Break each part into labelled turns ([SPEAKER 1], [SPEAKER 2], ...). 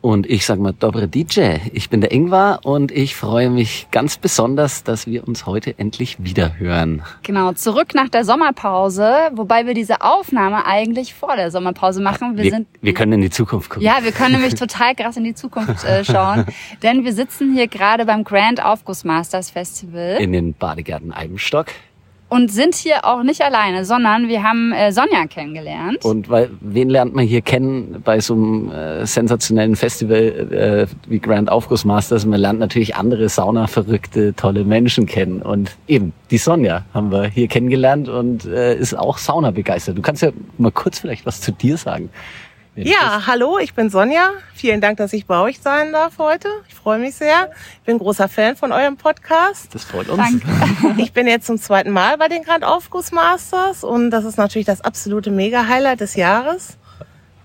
[SPEAKER 1] Und ich sag mal Dobre DJ. Ich bin der Ingvar und ich freue mich ganz besonders, dass wir uns heute endlich wieder hören.
[SPEAKER 2] Genau, zurück nach der Sommerpause, wobei wir diese Aufnahme eigentlich vor der Sommerpause machen.
[SPEAKER 1] Wir, sind, wir können in die Zukunft gucken.
[SPEAKER 2] ja, wir können nämlich total krass in die Zukunft äh, schauen, denn wir sitzen hier gerade beim Grand Aufguss Masters Festival
[SPEAKER 1] In den Badegärten Eibenstock.
[SPEAKER 2] und sind hier auch nicht alleine, sondern wir haben äh, Sonja kennengelernt.
[SPEAKER 1] Und weil, wen lernt man hier kennen bei so einem äh, sensationellen Festival äh, wie Grand Aufguss Masters? Man lernt natürlich andere Sauna-verrückte, tolle Menschen kennen. Und eben, die Sonja haben wir hier kennengelernt und äh, ist auch Sauna begeistert. Du kannst ja mal kurz vielleicht was zu dir sagen. wer du bist.
[SPEAKER 3] Ja, hallo, ich bin Sonja. Vielen Dank, dass ich bei euch sein darf heute. Ich freue mich sehr. Ich bin großer Fan von eurem Podcast.
[SPEAKER 1] Das freut uns.
[SPEAKER 2] Danke.
[SPEAKER 3] Ich bin jetzt zum zweiten Mal bei den Grand Aufguss Masters und das ist natürlich das absolute Mega-Highlight des Jahres,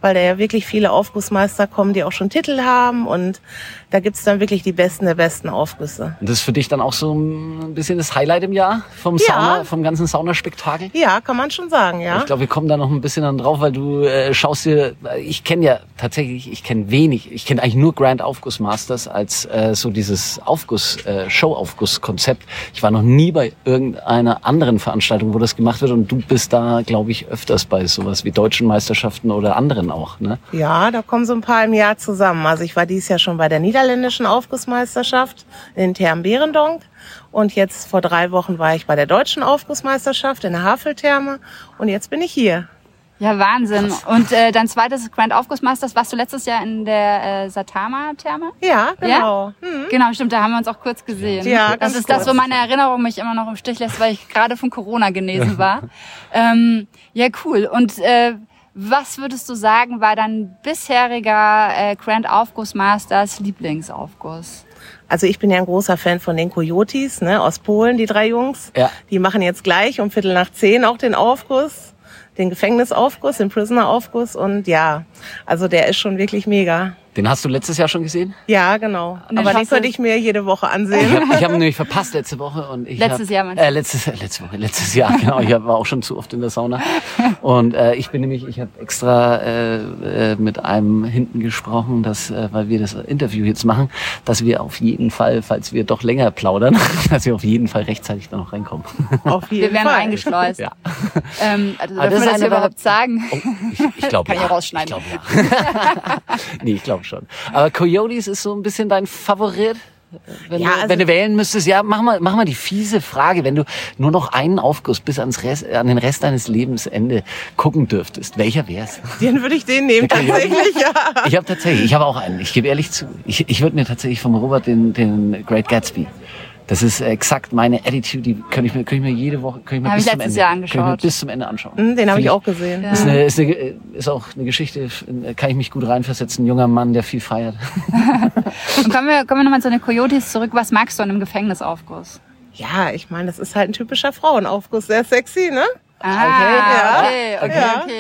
[SPEAKER 3] weil da ja wirklich viele Aufgussmeister kommen, die auch schon Titel haben und da gibt's dann wirklich die besten der besten Aufgüsse.
[SPEAKER 1] Und das ist für dich dann auch so ein bisschen das Highlight im Jahr vom
[SPEAKER 3] Ja.
[SPEAKER 1] Sauna, vom ganzen Saunaspektakel?
[SPEAKER 3] Ja, kann man schon sagen, ja.
[SPEAKER 1] Ich glaube, wir kommen da noch ein bisschen dann drauf, weil du äh, schaust dir, ich kenne ja tatsächlich, ich kenne wenig, ich kenne eigentlich nur Grand Aufguss Masters als äh, so dieses Aufguss, äh, Show-Aufguss-Konzept. Ich war noch nie bei irgendeiner anderen Veranstaltung, wo das gemacht wird und du bist da, glaube ich, öfters bei sowas wie deutschen Meisterschaften oder anderen auch, ne?
[SPEAKER 3] Ja, da kommen so ein paar im Jahr zusammen. Also ich war dieses Jahr schon bei der niederländischen Aufgussmeisterschaft in den Thermen Berendonk. Und jetzt vor drei Wochen war ich bei der deutschen Aufgussmeisterschaft in der Haveltherme. Und jetzt bin ich hier.
[SPEAKER 2] Ja, Wahnsinn. Und äh, dein zweites Grand Aufguss Masters warst du letztes Jahr in der äh, Satama-Therme?
[SPEAKER 3] Ja, genau.
[SPEAKER 2] Ja? Genau, stimmt, da haben wir uns auch kurz gesehen.
[SPEAKER 3] Ja,
[SPEAKER 2] das
[SPEAKER 3] ganz
[SPEAKER 2] ist das,
[SPEAKER 3] kurz.
[SPEAKER 2] wo meine Erinnerung mich immer noch im Stich lässt, weil ich gerade von Corona genesen war. ähm, ja, cool. Und äh, was würdest du sagen, war dein bisheriger äh, Grand Aufguss Masters Lieblingsaufguss?
[SPEAKER 3] Also ich bin ja ein großer Fan von den Coyotes ne, aus Polen, die drei Jungs.
[SPEAKER 1] Ja.
[SPEAKER 3] Die machen jetzt gleich um Viertel nach zehn auch den Aufguss, den Gefängnisaufguss, den Prisoner-Aufguss. Und ja, also der ist schon wirklich mega.
[SPEAKER 1] Den hast du letztes Jahr schon gesehen?
[SPEAKER 3] Ja, genau.
[SPEAKER 2] Und den
[SPEAKER 3] Aber den
[SPEAKER 2] schaffst du-
[SPEAKER 3] könnte ich mir jede Woche
[SPEAKER 1] Ich
[SPEAKER 3] ansehen.
[SPEAKER 1] habe hab ihn nämlich verpasst letzte Woche und ich
[SPEAKER 2] Letztes
[SPEAKER 1] hab,
[SPEAKER 2] Jahr meinst du?
[SPEAKER 1] äh, letztes, äh, letzte Woche, letztes Jahr genau. Ich hab- war auch schon zu oft in der Sauna und äh, ich bin nämlich, ich habe extra äh, äh, mit einem hinten gesprochen, dass äh, weil wir das Interview jetzt machen, dass wir auf jeden Fall, falls wir doch länger plaudern, dass wir auf jeden Fall rechtzeitig da noch reinkommen.
[SPEAKER 3] Auf jeden
[SPEAKER 2] Wir werden
[SPEAKER 3] Fall.
[SPEAKER 2] eingeschleust.
[SPEAKER 1] Ja.
[SPEAKER 2] Ähm, also,
[SPEAKER 1] Aber
[SPEAKER 2] dürfen wir das
[SPEAKER 1] eine
[SPEAKER 2] hier überhaupt sagen?
[SPEAKER 1] Oh, ich ich glaube
[SPEAKER 2] Kann
[SPEAKER 1] ja.
[SPEAKER 2] ich rausschneiden.
[SPEAKER 1] Ich glaube ja. nee, ich glaube schon. Aber Coyotes ist so ein bisschen dein Favorit. Wenn,
[SPEAKER 3] Ja,
[SPEAKER 1] du,
[SPEAKER 3] also-
[SPEAKER 1] wenn du wählen müsstest, ja, mach mal, mach mal die fiese Frage, wenn du nur noch einen Aufguss bis ans Rest, an den Rest deines Lebensende gucken dürftest, welcher wär's?
[SPEAKER 3] Den würde ich den nehmen, tatsächlich, ja.
[SPEAKER 1] Ich habe tatsächlich, ich habe auch einen. Ich gebe ehrlich zu, ich, ich würde mir tatsächlich vom Robert den, den Great Gatsby. Das ist exakt meine Attitude, die könnte ich mir, könnte ich mir jede Woche, könnte ich mir
[SPEAKER 2] Hab
[SPEAKER 1] bis
[SPEAKER 2] ich
[SPEAKER 1] zum
[SPEAKER 2] letztes
[SPEAKER 1] Ende,
[SPEAKER 2] Jahr
[SPEAKER 1] könnte ich mir
[SPEAKER 2] angeschaut.
[SPEAKER 1] bis zum Ende anschauen.
[SPEAKER 3] Hm, Den habe
[SPEAKER 1] Finde
[SPEAKER 3] ich auch gesehen.
[SPEAKER 2] Ja.
[SPEAKER 1] Ist, eine, ist, eine, ist auch eine Geschichte, in- kann ich mich gut reinversetzen. Ein junger Mann, der viel feiert.
[SPEAKER 2] Und kommen wir, kommen wir nochmal zu den Coyotes zurück. Was magst du an einem Gefängnisaufguss?
[SPEAKER 3] Ja, ich meine, das ist halt ein typischer Frauenaufguss, sehr sexy, ne?
[SPEAKER 2] Ah, okay,
[SPEAKER 3] ja.
[SPEAKER 2] okay, okay,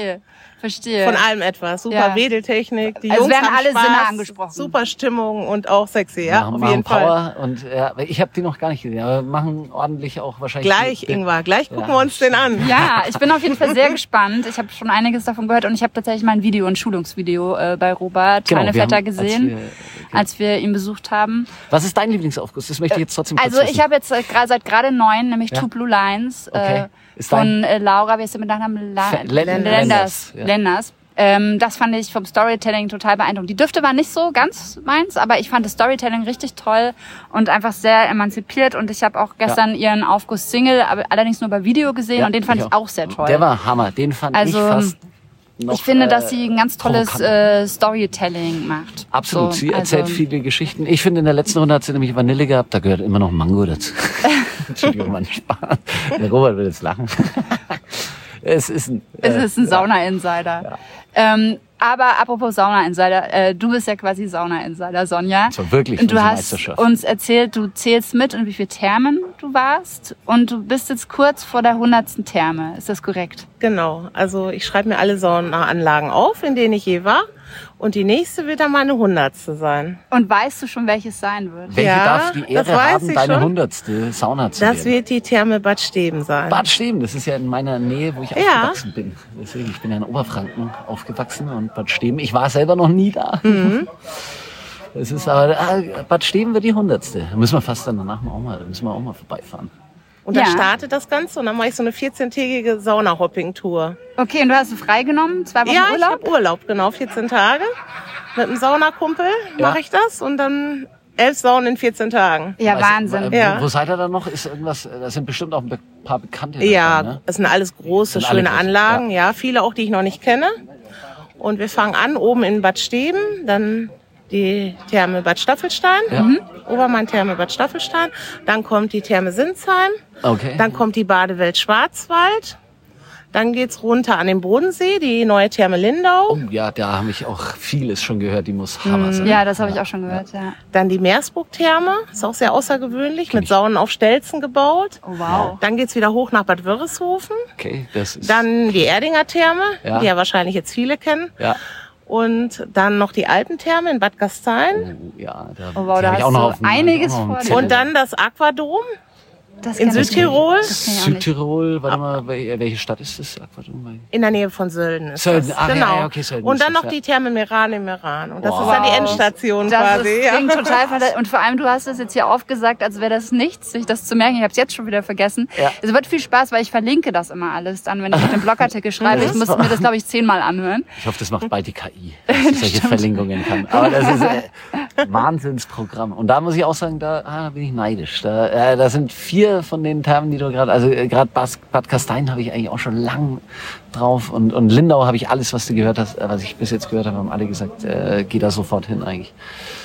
[SPEAKER 3] Ja.
[SPEAKER 2] Verstehe.
[SPEAKER 3] Von allem etwas. Super
[SPEAKER 2] Ja.
[SPEAKER 3] Wedeltechnik, die
[SPEAKER 2] Also
[SPEAKER 3] Jungs
[SPEAKER 2] werden
[SPEAKER 3] haben
[SPEAKER 2] alle
[SPEAKER 3] Spaß,
[SPEAKER 2] Sinne angesprochen.
[SPEAKER 3] Super Stimmung und auch sexy, ja,
[SPEAKER 1] machen,
[SPEAKER 3] auf
[SPEAKER 1] machen
[SPEAKER 3] jeden Fall.
[SPEAKER 1] Power und ja, aber ich habe die noch gar nicht gesehen, aber machen ordentlich auch wahrscheinlich.
[SPEAKER 3] Gleich,
[SPEAKER 1] die-
[SPEAKER 3] Ingvar, gleich gucken
[SPEAKER 1] Ja.
[SPEAKER 3] wir uns den an.
[SPEAKER 2] Ja, ich bin auf jeden Fall sehr gespannt. Ich habe schon einiges davon gehört und ich habe tatsächlich mal ein Video, ein Schulungsvideo äh, bei Robert
[SPEAKER 1] Genau, wir
[SPEAKER 2] Heinevetter
[SPEAKER 1] haben- als
[SPEAKER 2] gesehen,
[SPEAKER 1] wir-
[SPEAKER 2] als wir ihn besucht haben.
[SPEAKER 1] Was ist dein Lieblingsaufguss? Das möchte ich jetzt trotzdem kurz
[SPEAKER 2] Also ich
[SPEAKER 1] wissen.
[SPEAKER 2] habe jetzt äh, gerade seit gerade neun, nämlich Two Blue Lines
[SPEAKER 1] Okay.
[SPEAKER 2] äh,
[SPEAKER 1] Ist
[SPEAKER 2] von äh, Laura, wie ist der mit Nachnamen? La
[SPEAKER 1] Fe- Len-
[SPEAKER 2] Lenders.
[SPEAKER 1] Lenders, ja.
[SPEAKER 2] Lenders. Ähm, das fand ich vom Storytelling total beeindruckend. Die Düfte waren nicht so ganz meins, aber ich fand das Storytelling richtig toll und einfach sehr emanzipiert. Und ich habe auch gestern ihren Aufguss Single, aber allerdings nur bei Video gesehen
[SPEAKER 1] Ja,
[SPEAKER 2] und den fand ich
[SPEAKER 1] ich
[SPEAKER 2] auch,
[SPEAKER 1] auch.
[SPEAKER 2] sehr toll.
[SPEAKER 1] Der war Hammer, den fand
[SPEAKER 2] Also,
[SPEAKER 1] ich fast. Noch,
[SPEAKER 2] ich finde, dass
[SPEAKER 1] äh,
[SPEAKER 2] sie ein ganz tolles
[SPEAKER 1] provokanter.
[SPEAKER 2] äh, Storytelling macht.
[SPEAKER 1] Absolut,
[SPEAKER 2] So,
[SPEAKER 1] sie erzählt
[SPEAKER 2] also,
[SPEAKER 1] viele Geschichten. Ich finde, in der letzten Runde hat sie nämlich Vanille gehabt, da gehört immer noch Mango dazu. Entschuldigung, mein Spaß. Der Robert will jetzt lachen. es ist ein,
[SPEAKER 2] Es
[SPEAKER 1] äh,
[SPEAKER 2] ist ein Sauna-Insider. Ähm, aber apropos Sauna-Insider, äh, du bist ja quasi Sauna-Insider, Sonja.
[SPEAKER 1] So, wirklich,
[SPEAKER 2] Und du
[SPEAKER 1] unsere
[SPEAKER 2] hast
[SPEAKER 1] Meisterschaft.
[SPEAKER 2] uns erzählt, du zählst mit und wie viele Thermen du warst. Und du bist jetzt kurz vor der hundertsten Therme. Ist das korrekt?
[SPEAKER 3] Genau. Also ich schreibe mir alle Saunaanlagen auf, in denen ich je war. Und die nächste wird dann meine hundertste sein.
[SPEAKER 2] Und weißt du schon, welches sein wird?
[SPEAKER 1] Welche
[SPEAKER 3] Ja,
[SPEAKER 1] darf die
[SPEAKER 3] das
[SPEAKER 1] Ehre
[SPEAKER 3] weiß
[SPEAKER 1] haben,
[SPEAKER 3] ich
[SPEAKER 1] deine
[SPEAKER 3] schon.
[SPEAKER 1] hundertste Sauna zu
[SPEAKER 3] Das
[SPEAKER 1] werden?
[SPEAKER 3] wird die Therme Bad Steben
[SPEAKER 2] Äh,
[SPEAKER 3] sein.
[SPEAKER 1] Bad Steben, das ist ja in meiner Nähe, wo ich
[SPEAKER 3] Ja.
[SPEAKER 1] aufgewachsen bin. Deswegen, ich bin ja in Oberfranken aufgewachsen und Bad Steben, ich war selber noch nie da.
[SPEAKER 2] Mhm.
[SPEAKER 1] Es ist aber, ah, Bad Steben wird die hundertste. Da müssen wir fast dann danach mal auch mal, da müssen wir auch mal vorbeifahren.
[SPEAKER 3] Und dann
[SPEAKER 2] Ja.
[SPEAKER 3] startet das Ganze und dann mache ich so eine 14-tägige Sauna-Hopping-Tour.
[SPEAKER 2] Okay, und du hast du freigenommen, zwei Wochen
[SPEAKER 3] Ja, ich
[SPEAKER 2] Urlaub?
[SPEAKER 3] habe Urlaub, genau, 14 Tage. Mit einem Saunakumpel
[SPEAKER 1] Ja.
[SPEAKER 3] mache ich das und dann elf Saunen in 14 Tagen.
[SPEAKER 2] Ja,
[SPEAKER 1] Weiß-
[SPEAKER 2] Wahnsinn.
[SPEAKER 1] Äh,
[SPEAKER 3] Ja.
[SPEAKER 1] Wo seid ihr dann noch? Ist irgendwas, äh, da sind bestimmt auch ein be- paar Bekannte. dabei,
[SPEAKER 3] Ja,
[SPEAKER 1] ne?
[SPEAKER 3] das sind alles große,
[SPEAKER 1] Sind alle
[SPEAKER 3] schöne
[SPEAKER 1] groß,
[SPEAKER 3] Anlagen, ja. viele auch, die ich noch nicht kenne. Und wir fangen an oben in Bad Steben, dann die Therme Bad Staffelstein,
[SPEAKER 1] Ja. Mhm.
[SPEAKER 3] Obermann-Therme Bad Staffelstein, dann kommt die Therme Sinsheim,
[SPEAKER 1] Okay.
[SPEAKER 3] dann kommt die Badewelt Schwarzwald, dann geht's runter an den Bodensee, die neue Therme Lindau,
[SPEAKER 1] Oh, ja, da habe ich auch vieles schon gehört. Die muss Hammer sein.
[SPEAKER 2] Hm, Ja, das habe ich auch schon gehört, ja.
[SPEAKER 3] dann die Meersburg-Therme, ist auch sehr außergewöhnlich, mit
[SPEAKER 1] ich.
[SPEAKER 3] Saunen auf Stelzen gebaut.
[SPEAKER 2] Oh, wow.
[SPEAKER 3] Dann geht's wieder hoch nach Bad Wörishofen,
[SPEAKER 1] Okay, das ist.
[SPEAKER 3] dann die Erdinger Therme,
[SPEAKER 1] Ja.
[SPEAKER 3] die ja wahrscheinlich jetzt viele kennen.
[SPEAKER 1] Ja.
[SPEAKER 3] Und dann noch die Alpentherme in Bad Gastein.
[SPEAKER 1] Oh, ja, da,
[SPEAKER 2] Oh, wow,
[SPEAKER 1] die
[SPEAKER 2] da
[SPEAKER 1] hab ich
[SPEAKER 2] hast
[SPEAKER 1] auch noch
[SPEAKER 2] du
[SPEAKER 1] auf dem-
[SPEAKER 2] einiges
[SPEAKER 1] auch noch auf dem
[SPEAKER 2] vor dir.
[SPEAKER 1] Zettel.
[SPEAKER 3] Und dann das Aquadom
[SPEAKER 2] Das
[SPEAKER 3] in
[SPEAKER 2] kenn ich
[SPEAKER 3] Südtirol,
[SPEAKER 2] nicht. Das kenn ich auch nicht. Ah.
[SPEAKER 1] Südtirol, warte mal, wel- äh, welche Stadt ist das? Aquadum?
[SPEAKER 3] in der Nähe von Sölden ist
[SPEAKER 1] Sölden,
[SPEAKER 3] das.
[SPEAKER 1] ach ja,
[SPEAKER 3] genau.
[SPEAKER 1] ja, okay, Sölden
[SPEAKER 3] Und
[SPEAKER 1] ist
[SPEAKER 3] dann
[SPEAKER 1] das,
[SPEAKER 3] noch
[SPEAKER 1] ja.
[SPEAKER 3] die Therme Meran in Meran. Und das
[SPEAKER 1] Wow.
[SPEAKER 3] ist dann die
[SPEAKER 2] Wow.
[SPEAKER 3] Endstation
[SPEAKER 2] Das
[SPEAKER 3] quasi.
[SPEAKER 2] ist,
[SPEAKER 3] ja.
[SPEAKER 2] klingt total fantastisch. Und vor allem, du hast das jetzt hier aufgesagt, als wäre das nichts, sich das zu merken. Ich habe es jetzt schon wieder vergessen.
[SPEAKER 1] Ja.
[SPEAKER 2] Es wird viel Spaß, weil ich verlinke das immer alles dann, wenn ich auf den Blogartikel schreibe. Ich muss mir das, glaube ich, zehnmal anhören.
[SPEAKER 1] Ich hoffe, das
[SPEAKER 2] Hm?
[SPEAKER 1] macht bald die KI, dass sie solche Verlinkungen kann. Aber das ist äh, Wahnsinnsprogramm. Und da muss ich auch sagen, da ah, da bin ich neidisch. Da, äh, da sind vier von den Termen, die du gerade, also äh, gerade Bas- Bad Kastein habe ich eigentlich auch schon lang drauf und, und Lindau habe ich alles, was du gehört hast, äh, was ich bis jetzt gehört habe, haben alle gesagt, äh, geh da sofort hin eigentlich.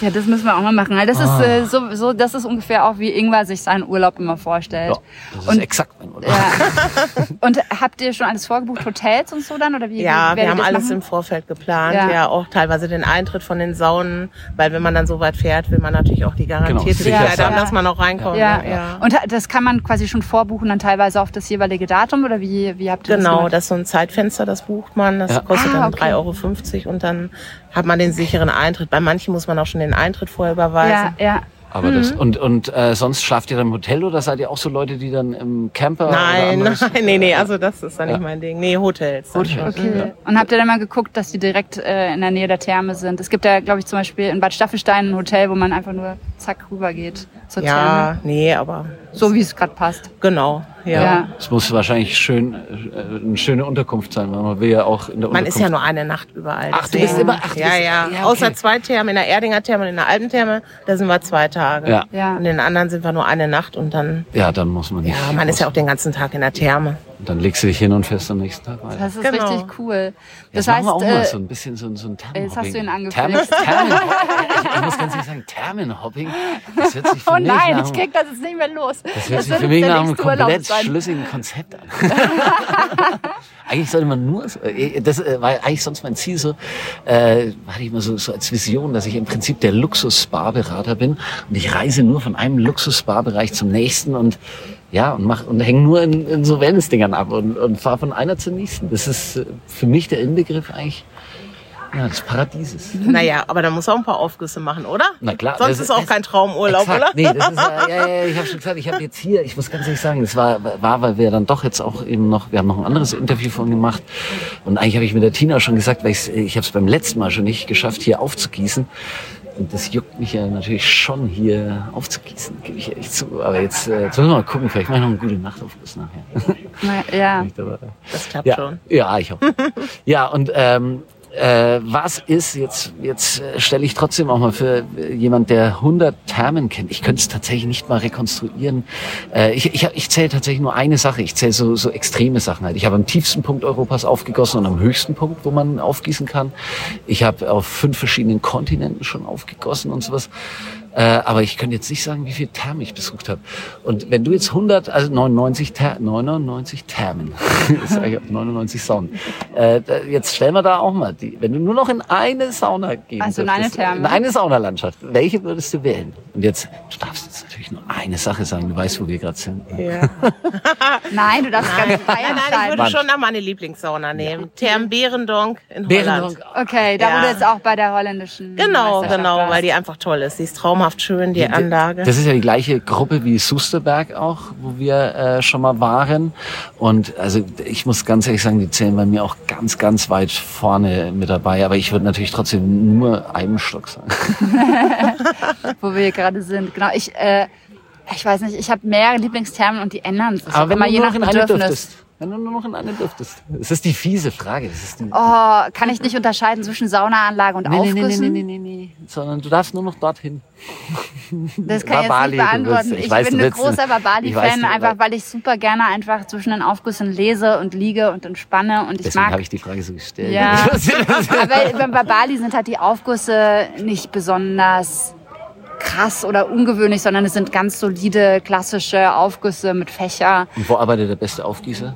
[SPEAKER 2] Ja, das müssen wir auch mal machen. Weil Das
[SPEAKER 3] Ah.
[SPEAKER 2] ist äh, so, so, das ist ungefähr auch, wie Ingwer sich seinen Urlaub immer vorstellt.
[SPEAKER 1] Ja, das ist
[SPEAKER 2] Äh, Und-
[SPEAKER 1] exakt mein Urlaub.
[SPEAKER 2] Ja. Und habt ihr schon alles vorgebucht, Hotels und so dann? Oder wie,
[SPEAKER 3] Ja,
[SPEAKER 2] wie werdet
[SPEAKER 3] wir
[SPEAKER 2] ihr
[SPEAKER 3] haben
[SPEAKER 2] das
[SPEAKER 3] alles im
[SPEAKER 2] machen?
[SPEAKER 3] Vorfeld geplant,
[SPEAKER 2] Ja.
[SPEAKER 3] ja. auch teilweise den Eintritt von den Saunen, weil wenn man dann so weit fährt, will man natürlich auch die garantierte
[SPEAKER 1] Genau, sicher
[SPEAKER 3] Sicherheit haben,
[SPEAKER 2] sein.
[SPEAKER 3] dass man auch reinkommt.
[SPEAKER 2] ja.
[SPEAKER 3] ne? ja.
[SPEAKER 2] und ha- das kann man quasi schon vorbuchen, dann teilweise auf das jeweilige Datum oder wie, wie habt ihr das
[SPEAKER 3] Genau,
[SPEAKER 2] gemacht?
[SPEAKER 3] das ist so ein Zeitfenster, das bucht man, das
[SPEAKER 1] Ja.
[SPEAKER 3] kostet
[SPEAKER 2] Ah,
[SPEAKER 3] dann
[SPEAKER 2] okay.
[SPEAKER 3] 3,50 Euro und dann hat man den sicheren Eintritt. Bei manchen muss man auch schon den Eintritt vorher
[SPEAKER 2] Ja,
[SPEAKER 3] überweisen.
[SPEAKER 2] ja.
[SPEAKER 1] Aber das
[SPEAKER 2] Hm.
[SPEAKER 1] und und äh, sonst schlaft ihr dann im Hotel oder seid ihr auch so Leute, die dann im Camper oder Äh,
[SPEAKER 3] Nein,
[SPEAKER 1] anderes-
[SPEAKER 3] nein, nee, nee, also das ist dann
[SPEAKER 1] Ja.
[SPEAKER 3] nicht mein Ding. Nee, Hotels. dann
[SPEAKER 1] Hotels.
[SPEAKER 3] schon.
[SPEAKER 2] Okay. Und habt ihr dann mal geguckt, dass die direkt äh, in der Nähe der Therme sind? Es gibt ja, glaube ich, zum Beispiel in Bad Staffelstein ein Hotel, wo man einfach nur zack rüber geht zur Therme.
[SPEAKER 3] Ja, nee, aber
[SPEAKER 2] So wie es gerade passt.
[SPEAKER 3] genau, ja.
[SPEAKER 2] Ja.
[SPEAKER 1] Es muss wahrscheinlich schön, äh, eine schöne Unterkunft sein, weil man will ja auch in der
[SPEAKER 3] Man
[SPEAKER 1] Unterkunft.
[SPEAKER 3] ist ja nur eine Nacht überall.
[SPEAKER 1] Ach, du
[SPEAKER 3] deswegen-
[SPEAKER 1] bist immer- ach, du
[SPEAKER 3] ja,
[SPEAKER 1] bist-
[SPEAKER 3] ja.
[SPEAKER 1] ja, okay.
[SPEAKER 3] Außer zwei Thermen, in der Erdinger Therme und in der Alpentherme, da sind wir zwei Tage.
[SPEAKER 1] Ja.
[SPEAKER 2] Ja.
[SPEAKER 3] Und in den anderen sind wir nur eine Nacht und dann,
[SPEAKER 1] Ja, dann muss man nicht.
[SPEAKER 3] ja, man ist ja auch den ganzen Tag in der Therme.
[SPEAKER 1] Dann legst du dich hin und fährst am nächsten Tag weiter.
[SPEAKER 2] Das ist
[SPEAKER 3] Genau.
[SPEAKER 2] richtig cool. Das
[SPEAKER 1] Jetzt machen wir
[SPEAKER 2] heißt,
[SPEAKER 1] auch mal so
[SPEAKER 2] äh,
[SPEAKER 1] ein bisschen so, ein- so ein Thermenhopping.
[SPEAKER 2] jetzt hast du ihn
[SPEAKER 1] Thermen,
[SPEAKER 2] angefixt.
[SPEAKER 1] Thermen, ich muss ganz ehrlich sagen, Thermenhopping, das hört sich für
[SPEAKER 2] oh
[SPEAKER 1] mich
[SPEAKER 2] nein,
[SPEAKER 1] nach,
[SPEAKER 2] ich krieg das jetzt nicht mehr los.
[SPEAKER 1] das hört sich
[SPEAKER 2] wird
[SPEAKER 1] für mich
[SPEAKER 2] der
[SPEAKER 1] nach einem
[SPEAKER 2] nächste Urlaub
[SPEAKER 1] komplett
[SPEAKER 2] sein.
[SPEAKER 1] schlüssigen Konzept an. eigentlich sollte man nur, so- äh, das äh, war eigentlich sonst mein Ziel so, äh, hatte ich immer so, so als Vision, dass ich im Prinzip der Luxus-Spa-Berater bin und ich reise nur von einem Luxus-Spa-Bereich zum nächsten und ja, und mach und hänge nur in, in so Wellness-Dingern ab und, und fahre von einer zur nächsten. Das ist äh, für mich der Inbegriff eigentlich ja, des Paradieses.
[SPEAKER 2] Mhm.
[SPEAKER 3] Naja, aber da muss er auch ein paar Aufgüsse machen, oder?
[SPEAKER 1] Na klar.
[SPEAKER 3] Sonst
[SPEAKER 1] das
[SPEAKER 3] ist auch
[SPEAKER 1] das-
[SPEAKER 3] kein Traumurlaub,
[SPEAKER 1] exakt.
[SPEAKER 3] oder?
[SPEAKER 1] Nee, das ist, ja, ja, ja, ich habe schon gesagt, ich habe jetzt hier, ich muss ganz ehrlich sagen, das war, war, weil wir dann doch jetzt auch eben noch, wir haben noch ein anderes Interview von gemacht und eigentlich habe ich mit der Tina schon gesagt, weil ich's- ich habe es beim letzten Mal schon nicht geschafft, hier aufzugießen. Und das juckt mich ja natürlich schon, hier aufzugießen, gebe ich ehrlich zu. Aber jetzt, äh, jetzt müssen wir mal gucken, vielleicht mache ich noch einen guten Nachtaufguss nachher.
[SPEAKER 2] Na, Ja.
[SPEAKER 1] Nicht, aber- äh,
[SPEAKER 3] Das klappt
[SPEAKER 1] ja,
[SPEAKER 3] schon.
[SPEAKER 1] ja, ich hoffe. ja, und ähm, äh, was ist jetzt, jetzt äh, stelle ich trotzdem auch mal für äh, jemand, der 100 Termen kennt. Ich könnte es tatsächlich nicht mal rekonstruieren. Äh, ich ich, hab- ich zähle tatsächlich nur eine Sache. Ich zähle so, so extreme Sachen halt. Ich habe am tiefsten Punkt Europas aufgegossen und am höchsten Punkt, wo man aufgießen kann. Ich habe auf fünf verschiedenen Kontinenten schon aufgegossen und sowas. Äh, aber ich könnte jetzt nicht sagen, wie viel Thermen ich besucht habe. Und wenn du jetzt 100, also 99, Ter 99 Thermen, das sag ich auch, 99 Saunen, äh, da- jetzt stellen wir da auch mal, die, wenn du nur noch in eine Sauna gehen
[SPEAKER 2] Also in eine
[SPEAKER 1] dürftest,
[SPEAKER 2] Therme.
[SPEAKER 1] in eine Saunalandschaft, welche würdest du wählen? Und jetzt, du darfst jetzt natürlich ich nur eine Sache sagen? Du weißt, wo wir gerade sind.
[SPEAKER 3] Ja.
[SPEAKER 2] Nein, du darfst ganz frei
[SPEAKER 3] Nein, nein, ich
[SPEAKER 2] entscheiden.
[SPEAKER 3] würde
[SPEAKER 1] Wand.
[SPEAKER 3] schon nach meine Lieblingssauna nehmen. Therm Berendonk in Holland.
[SPEAKER 1] Behrendonk.
[SPEAKER 2] Okay, da
[SPEAKER 3] Ja.
[SPEAKER 2] wurde jetzt auch bei der holländischen.
[SPEAKER 3] Genau,
[SPEAKER 2] Meisterschaft
[SPEAKER 3] genau,
[SPEAKER 2] warst.
[SPEAKER 3] weil die einfach toll ist. Die ist traumhaft schön, die Anlage.
[SPEAKER 1] Das ist ja die gleiche Gruppe wie Susterberg auch, wo wir äh, schon mal waren. Und also ich muss ganz ehrlich sagen, die zählen bei mir auch ganz, ganz weit vorne mit dabei. Aber ich würde natürlich trotzdem nur Eibenstock sagen.
[SPEAKER 2] wo wir gerade sind. Genau, ich, äh, ich weiß nicht, ich habe mehrere Lieblingsthermen und die ändern sich auch immer je nach Bedürfnis.
[SPEAKER 1] Wenn du nur noch in eine dürftest. Das ist die fiese Frage. Das ist die
[SPEAKER 2] Oh, kann ich nicht unterscheiden zwischen Saunaanlage und
[SPEAKER 1] Nee, nee,
[SPEAKER 2] Aufgüssen?
[SPEAKER 1] nee, nee, nee, nee, nee, sondern du darfst nur noch dorthin.
[SPEAKER 2] Das kann ich jetzt
[SPEAKER 1] Babali,
[SPEAKER 2] nicht
[SPEAKER 1] du willst-
[SPEAKER 2] beantworten.
[SPEAKER 1] ich
[SPEAKER 2] Ich,
[SPEAKER 1] weiß,
[SPEAKER 2] bin
[SPEAKER 1] du
[SPEAKER 2] ein
[SPEAKER 1] willst-
[SPEAKER 2] großer
[SPEAKER 1] ich weiß,
[SPEAKER 2] Babali-Fan,
[SPEAKER 1] du-
[SPEAKER 2] einfach weil ich super gerne einfach zwischen den Aufgüssen lese und liege und entspanne und ich
[SPEAKER 1] Deswegen
[SPEAKER 2] mag.
[SPEAKER 1] habe ich die Frage so gestellt.
[SPEAKER 2] Ja.
[SPEAKER 1] Ich wusste, dass-
[SPEAKER 2] aber beim Babali sind halt die Aufgüsse nicht besonders krass oder ungewöhnlich, sondern es sind ganz solide klassische Aufgüsse mit Fächer
[SPEAKER 1] Und wo arbeitet der beste Aufgießer?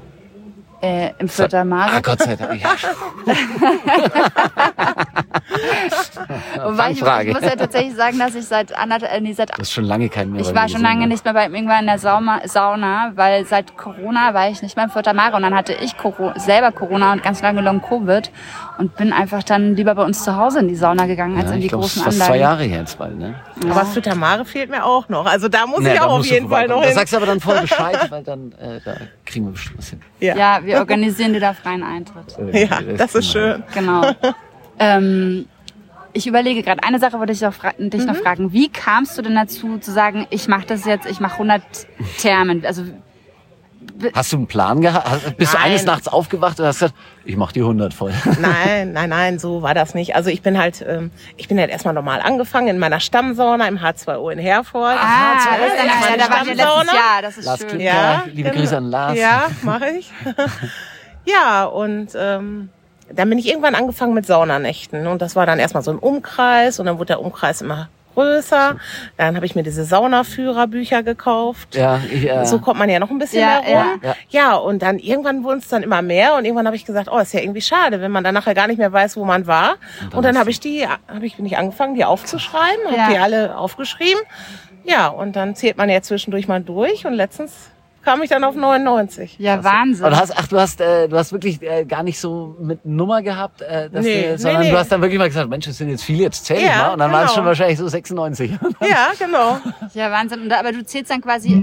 [SPEAKER 2] äh, im Vierter
[SPEAKER 1] Ah,
[SPEAKER 2] Mare.
[SPEAKER 1] Gott sei Dank. Ja.
[SPEAKER 2] Wobei ich,
[SPEAKER 1] Fangfrage.
[SPEAKER 2] ich muss ja tatsächlich sagen, dass ich seit anderthalb, äh, nee, seit
[SPEAKER 1] Das ist schon lange kein mehr.
[SPEAKER 2] Ich
[SPEAKER 1] bei
[SPEAKER 2] war
[SPEAKER 1] mir
[SPEAKER 2] schon
[SPEAKER 1] gesehen,
[SPEAKER 2] lange
[SPEAKER 1] ne?
[SPEAKER 2] nicht mehr beim Ingwer in der Sauma, Sauna, weil seit Corona war ich nicht mehr im Vierter Mare und dann hatte ich Coro- selber Corona und ganz lange Long Covid und bin einfach dann lieber bei uns zu Hause in die Sauna gegangen als
[SPEAKER 1] Ja,
[SPEAKER 2] in die
[SPEAKER 1] ich glaube, es
[SPEAKER 2] großen
[SPEAKER 1] ist fast
[SPEAKER 2] Anlagen.
[SPEAKER 1] zwei Jahre her jetzt bald, ne?
[SPEAKER 3] Aber für Tamare fehlt mir auch noch. Also da muss
[SPEAKER 1] Naja,
[SPEAKER 3] ich
[SPEAKER 1] da
[SPEAKER 3] auch auf
[SPEAKER 1] musst du
[SPEAKER 3] jeden Fall
[SPEAKER 1] vorbeikommen.
[SPEAKER 3] noch
[SPEAKER 1] Da
[SPEAKER 3] hin.
[SPEAKER 1] sagst du aber dann voll Bescheid, weil dann äh, da kriegen wir bestimmt was hin. Äh,
[SPEAKER 2] Ja, wir organisieren dir da freien Eintritt.
[SPEAKER 3] Ja, das ist schön.
[SPEAKER 2] Genau. ähm, ich überlege gerade, eine Sache wollte ich auch fra dich
[SPEAKER 1] Mhm.
[SPEAKER 2] noch fragen. Wie kamst du denn dazu zu sagen, ich mache das jetzt, ich mache 100 Thermen? Also
[SPEAKER 1] Hast du einen Plan gehabt? Hast- Bist du
[SPEAKER 3] Nein.
[SPEAKER 1] eines Nachts aufgewacht und hast gesagt, ich mach die 100 voll.
[SPEAKER 3] Nein, nein, nein, so war das nicht. Also ich bin halt, ähm, ich bin halt erstmal normal angefangen in meiner Stammsauna im H2O in Herford.
[SPEAKER 2] ah, das ist dann,
[SPEAKER 3] meine
[SPEAKER 2] ja, da waren wir letztes
[SPEAKER 3] Stammsauna.
[SPEAKER 2] Jahr, das ist
[SPEAKER 1] Lars
[SPEAKER 2] schön.
[SPEAKER 1] Klücker. Liebe Grüße an Lars.
[SPEAKER 3] genau. Ja, mache ich. ja, und ähm, dann bin ich irgendwann angefangen mit Saunanächten. Und das war dann erstmal so ein Umkreis und dann wurde der Umkreis immer größer. Dann habe ich mir diese Saunaführerbücher gekauft.
[SPEAKER 1] Ja, ich, äh,
[SPEAKER 3] So kommt man ja noch ein bisschen
[SPEAKER 2] Ja,
[SPEAKER 3] mehr rum.
[SPEAKER 1] ja. Ja.
[SPEAKER 3] Ja. und dann irgendwann wurden es dann immer mehr und irgendwann habe ich gesagt, oh, ist ja irgendwie schade, wenn man dann nachher gar nicht mehr weiß, wo man war. Und dann,
[SPEAKER 1] hast
[SPEAKER 3] habe ich die, habe ich bin ich angefangen, die aufzuschreiben,
[SPEAKER 2] Ja.
[SPEAKER 3] habe die alle aufgeschrieben. Ja, und dann zählt man ja zwischendurch mal durch und letztens kam ich dann auf 99.
[SPEAKER 2] Ja, Wahnsinn.
[SPEAKER 1] Und hast, ach, du hast, äh, du hast wirklich äh, gar nicht so mit Nummer gehabt, äh, dass
[SPEAKER 3] Nee,
[SPEAKER 1] du,
[SPEAKER 3] nee,
[SPEAKER 1] sondern
[SPEAKER 3] nee.
[SPEAKER 1] du hast dann wirklich mal gesagt, Mensch, das sind jetzt viele, jetzt zähl ich
[SPEAKER 3] Ja,
[SPEAKER 1] mal. Und dann waren es
[SPEAKER 3] genau.
[SPEAKER 1] schon wahrscheinlich so 96.
[SPEAKER 3] Ja, genau.
[SPEAKER 2] Ja, Wahnsinn. Und da, aber du zählst dann quasi.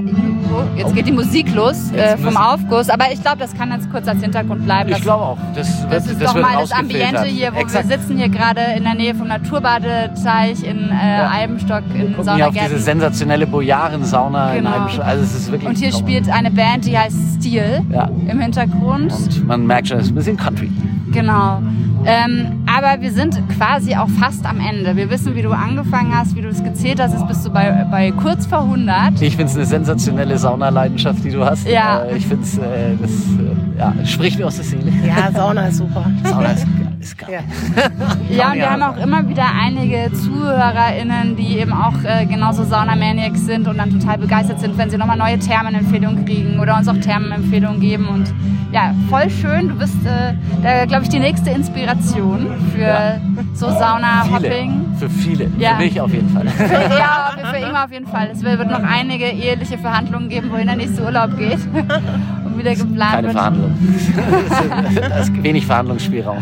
[SPEAKER 2] Oh, jetzt geht die Musik los äh, vom
[SPEAKER 1] müssen-
[SPEAKER 2] Aufguss. Aber ich glaube, das kann jetzt kurz als Hintergrund bleiben.
[SPEAKER 1] Ich
[SPEAKER 2] dass-
[SPEAKER 1] glaube auch. Das,
[SPEAKER 2] das
[SPEAKER 1] wird,
[SPEAKER 2] ist
[SPEAKER 1] das
[SPEAKER 2] doch
[SPEAKER 1] wird
[SPEAKER 2] mal das
[SPEAKER 1] rausgefiltert.
[SPEAKER 2] Ambiente hier, wo
[SPEAKER 1] Exakt.
[SPEAKER 2] wir sitzen hier gerade in der Nähe vom Naturbadeteich in äh, Albenstock in
[SPEAKER 1] Gucken hier auf diese
[SPEAKER 2] Saunergärten.
[SPEAKER 1] sensationelle Bojaren-Sauna. in
[SPEAKER 2] Genau.
[SPEAKER 1] einem Sch- Also es ist wirklich
[SPEAKER 2] Und hier
[SPEAKER 1] Traum.
[SPEAKER 2] spielt eine Band, die heißt Steel
[SPEAKER 1] Ja.
[SPEAKER 2] im Hintergrund.
[SPEAKER 1] Und man merkt schon, es ist ein bisschen Country.
[SPEAKER 2] Genau. Ähm, aber wir sind quasi auch fast am Ende. Wir wissen, wie du angefangen hast, wie du es gezählt hast. Jetzt bist du bei, bei kurz vor 100.
[SPEAKER 1] Ich finde es eine sensationelle Saunaleidenschaft, die du hast.
[SPEAKER 2] Ja.
[SPEAKER 1] Äh, Ich finde es, äh, das äh, ja, spricht mir aus der Seele.
[SPEAKER 3] Ja, Sauna ist super.
[SPEAKER 1] Sauna ist, ist geil.
[SPEAKER 3] Ja.
[SPEAKER 2] Ja, und wir
[SPEAKER 1] Ja.
[SPEAKER 2] haben auch immer wieder einige ZuhörerInnen, die eben auch äh, genauso Saunamaniacs sind und dann total begeistert sind, wenn sie nochmal neue Thermenempfehlungen kriegen oder uns auch Thermenempfehlungen geben. Und ja, voll schön. Du bist, äh, da, glaube ich, die nächste Inspiration für
[SPEAKER 1] Ja.
[SPEAKER 2] so Sauna-Hopping.
[SPEAKER 1] Viele. Für viele.
[SPEAKER 2] Ja.
[SPEAKER 1] Für mich auf jeden Fall.
[SPEAKER 2] Ja, für, für immer auf jeden Fall. Es wird noch einige eheliche Verhandlungen geben, wohin der nächste Urlaub geht und wieder geplant
[SPEAKER 1] Keine
[SPEAKER 2] wird.
[SPEAKER 1] Verhandlung. da ist wenig Verhandlungsspielraum.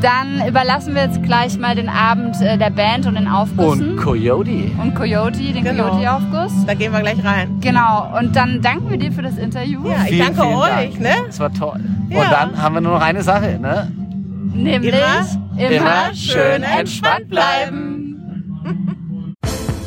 [SPEAKER 2] Dann überlassen wir jetzt gleich mal den Abend äh, der Band und den Aufgüssen.
[SPEAKER 1] Und Coyote.
[SPEAKER 2] und Coyote, den
[SPEAKER 3] Genau.
[SPEAKER 2] Coyote-Aufguss.
[SPEAKER 3] Da gehen wir gleich rein.
[SPEAKER 2] Genau, und dann danken wir dir für das Interview.
[SPEAKER 3] Ja, ich
[SPEAKER 1] Vielen,
[SPEAKER 3] danke
[SPEAKER 1] vielen
[SPEAKER 3] euch.
[SPEAKER 1] Dank.
[SPEAKER 3] Ne?
[SPEAKER 1] Das war toll. Und
[SPEAKER 3] Ja.
[SPEAKER 1] dann haben wir nur noch eine Sache, ne?
[SPEAKER 2] Nämlich
[SPEAKER 3] Immer-
[SPEAKER 1] Immer schön entspannt
[SPEAKER 3] bleiben.